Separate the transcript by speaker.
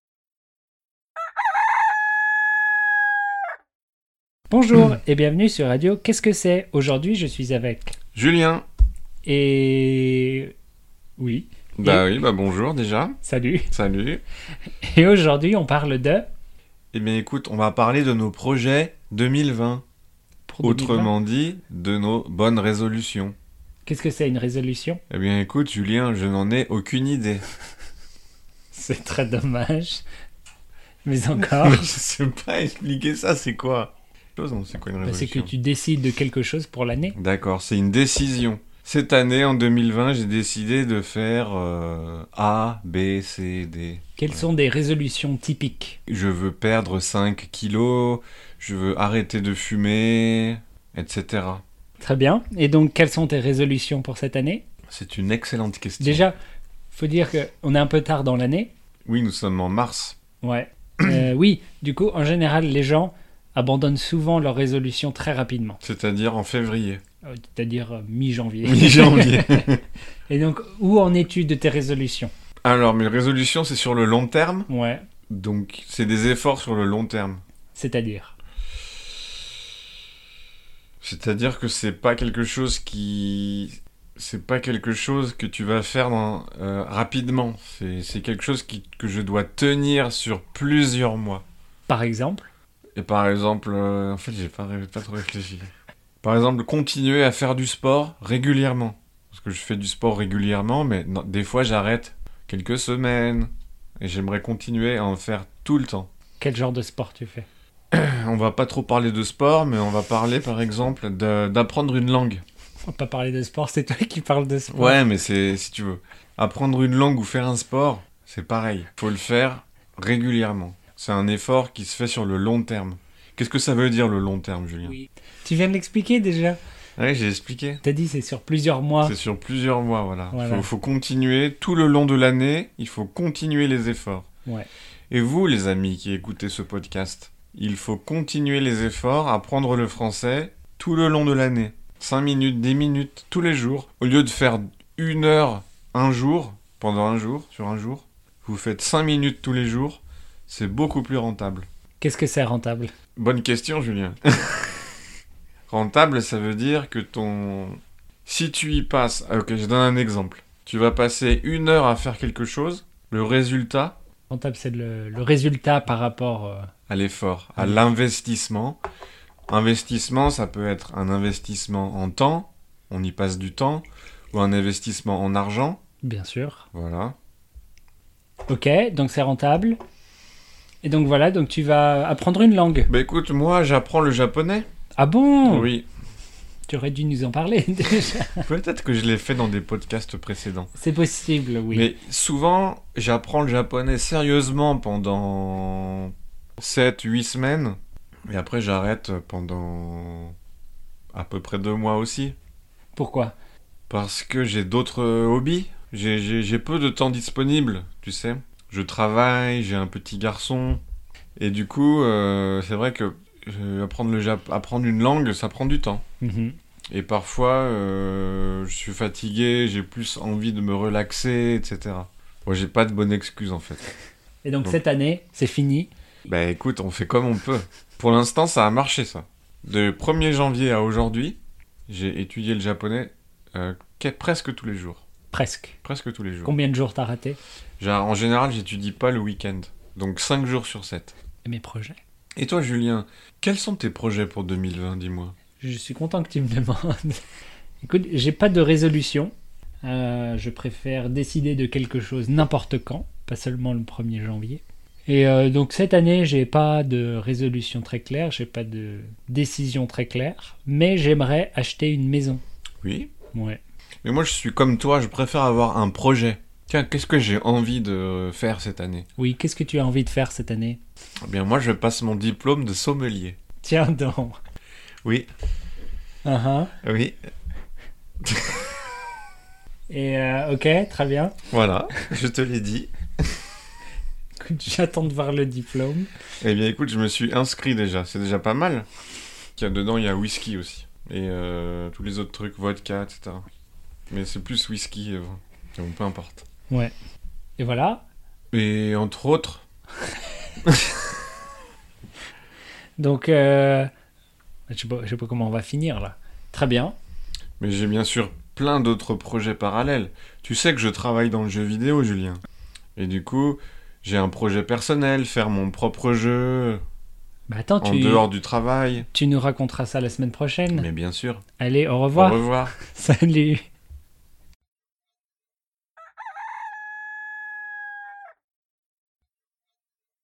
Speaker 1: Hmm.
Speaker 2: Bonjour et bienvenue sur Radio Qu'est-ce que c'est Aujourd'hui, je suis avec.
Speaker 1: Julien.
Speaker 2: Et. Oui,
Speaker 1: Bah oui, bah bonjour déjà.
Speaker 2: salut.
Speaker 1: Salut.
Speaker 2: Et aujourd'hui, on parle de.
Speaker 1: Eh bien écoute, on va parler de nos projets 2020.
Speaker 2: pour 2020.
Speaker 1: Autrement dit, de nos bonnes résolutions.
Speaker 2: Qu'est-ce que c'est une résolution
Speaker 1: Eh bien écoute, Julien, je n'en ai aucune idée.
Speaker 2: C'est très dommage. Mais encore.
Speaker 1: je sais pas expliquer ça, c'est quoi Chose, non, C'est quoi une
Speaker 2: Bah, c'est que
Speaker 1: résolution
Speaker 2: tu décides de quelque chose pour l'année.
Speaker 1: D'accord, c'est une décision. Cette année, en 2020, j'ai décidé de faire euh, A, B, C, D.
Speaker 2: Quelles sont des résolutions typiques
Speaker 1: Je veux perdre 5 kilos, je veux arrêter de fumer, etc.
Speaker 2: Très bien. Et donc, quelles sont tes résolutions pour cette année
Speaker 1: C'est une excellente question.
Speaker 2: Déjà, faut dire qu'on est un peu tard dans l'année.
Speaker 1: Oui, nous sommes en mars.
Speaker 2: Ouais. Euh, oui, du coup, en général, les gens abandonnent souvent leurs résolutions très rapidement,
Speaker 1: C'est-à-dire en février.
Speaker 2: Euh, c'est-à-dire euh, mi-janvier.
Speaker 1: Mi-janvier.
Speaker 2: Et donc, où en es-tu de tes résolutions
Speaker 1: Alors, mes résolutions, c'est sur le long terme.
Speaker 2: Ouais,
Speaker 1: Donc, c'est des efforts sur le long terme.
Speaker 2: c'est-à-dire.
Speaker 1: C'est-à-dire que c'est pas quelque chose qui. C'est pas quelque chose que tu vas faire dans- euh, rapidement. C'est c'est quelque chose qui- que je dois tenir sur plusieurs mois.
Speaker 2: Par exemple,
Speaker 1: Et par exemple, euh, en fait, j'ai pas, ré- pas trop réfléchi. Par exemple, continuer à faire du sport régulièrement. Parce que je fais du sport régulièrement, mais non, des fois j'arrête quelques semaines. Et j'aimerais continuer à en faire tout le temps.
Speaker 2: quel genre de sport tu fais
Speaker 1: On va pas trop parler de sport, mais on va parler par exemple de- d'apprendre une langue.
Speaker 2: On va pas parler de sport, c'est toi qui parles de sport.
Speaker 1: Ouais, mais c'est si tu veux. Apprendre une langue ou faire un sport, c'est pareil. Faut le faire régulièrement. C'est un effort qui se fait sur le long terme. Qu'est-ce que ça veut dire le long terme, Julien
Speaker 2: Oui. Tu viens de l'expliquer déjà.
Speaker 1: Ouais, j'ai expliqué.
Speaker 2: T'as dit c'est sur plusieurs mois.
Speaker 1: C'est sur plusieurs mois, voilà. Il
Speaker 2: Voilà.
Speaker 1: faut, faut continuer tout le long de l'année, il faut continuer les efforts.
Speaker 2: Ouais.
Speaker 1: Et vous, les amis qui écoutez ce podcast, il faut continuer les efforts, apprendre le français tout le long de l'année. 5 minutes, 10 minutes, tous les jours. Au lieu de faire une heure un jour, pendant un jour, sur un jour, vous faites 5 minutes tous les jours, c'est beaucoup plus rentable.
Speaker 2: Qu'est-ce que c'est rentable
Speaker 1: Bonne question, Julien. Rentable, ça veut dire que ton. Si tu y passes. Ah, ok, je donne un exemple. Tu vas passer une heure à faire quelque chose, le résultat,
Speaker 2: Rentable, c'est le, le résultat par rapport. euh,
Speaker 1: à l'effort, à
Speaker 2: Oui.
Speaker 1: l'investissement. Investissement, ça peut être un investissement en temps, on y passe du temps, ou un investissement en argent,
Speaker 2: bien sûr.
Speaker 1: voilà.
Speaker 2: Ok, donc c'est rentable. Et donc voilà, donc tu vas apprendre une langue.
Speaker 1: Bah écoute, moi j'apprends le japonais.
Speaker 2: Ah bon
Speaker 1: Oui,
Speaker 2: Tu aurais dû nous en parler déjà.
Speaker 1: peut-être que je l'ai fait dans des podcasts précédents.
Speaker 2: C'est possible, oui.
Speaker 1: Mais souvent, j'apprends le japonais sérieusement pendant 7-8 semaines. Et après, j'arrête pendant à peu près deux mois aussi.
Speaker 2: Pourquoi
Speaker 1: Parce que j'ai d'autres hobbies. J'ai- J'ai j'ai peu de temps disponible, tu sais. Je travaille, j'ai un petit garçon. Et du coup, euh, c'est vrai que euh, apprendre, le Jap- apprendre une langue, ça prend du temps.
Speaker 2: Mhm.
Speaker 1: Et parfois, euh, je suis fatigué, j'ai plus envie de me relaxer, etc. Moi, j'ai pas de bonne excuse en fait.
Speaker 2: Et donc
Speaker 1: Donc-
Speaker 2: cette année, c'est fini.
Speaker 1: Bah écoute, on fait comme on peut. Pour l'instant, ça a marché ça. De 1er janvier à aujourd'hui, j'ai étudié le japonais euh, que- presque tous les jours.
Speaker 2: Presque.
Speaker 1: Presque tous les jours.
Speaker 2: Combien de jours t'as raté
Speaker 1: Genre, en général, j'étudie pas le week-end. Donc 5 jours sur 7.
Speaker 2: Mes projets.
Speaker 1: Et toi, Julien, quels sont tes projets pour 2020, dis-moi
Speaker 2: Je suis content que tu me demandes. Écoute, j'ai pas de résolution. Euh, je préfère décider de quelque chose n'importe quand, pas seulement le 1er janvier. Et euh, donc cette année, j'ai pas de résolution très claire, j'ai pas de décision très claire, mais j'aimerais acheter une maison.
Speaker 1: Oui.
Speaker 2: Ouais.
Speaker 1: Mais moi, je suis comme toi, je préfère avoir un projet. Tiens, qu'est-ce que j'ai envie de faire cette année
Speaker 2: Oui, qu'est-ce que tu as envie de faire cette année
Speaker 1: Eh bien, moi, je passe mon diplôme de sommelier.
Speaker 2: Tiens donc.
Speaker 1: Oui.
Speaker 2: Uh-huh.
Speaker 1: Oui.
Speaker 2: Et euh, ok, très bien.
Speaker 1: Voilà, je te l'ai dit.
Speaker 2: Écoute, J'attends de voir le diplôme.
Speaker 1: Eh bien, écoute, je me suis inscrit déjà. C'est déjà pas mal. Il y a- dedans, il y a whisky aussi. Et euh, tous les autres trucs, vodka, etc. Mais c'est plus whisky, euh, donc peu importe.
Speaker 2: Et voilà.
Speaker 1: Et entre autres,
Speaker 2: Donc, euh, Je sais pas, je sais pas comment on va finir là. Très bien.
Speaker 1: Mais j'ai bien sûr plein d'autres projets parallèles. Tu sais que je travaille dans le jeu vidéo, Julien. Et du coup, j'ai un projet personnel, faire mon propre jeu
Speaker 2: Bah attends,
Speaker 1: en
Speaker 2: tu,
Speaker 1: dehors du travail.
Speaker 2: tu nous raconteras ça la semaine prochaine.
Speaker 1: Mais bien sûr.
Speaker 2: Allez, au
Speaker 1: Au
Speaker 2: revoir.
Speaker 1: revoir.
Speaker 2: Salut.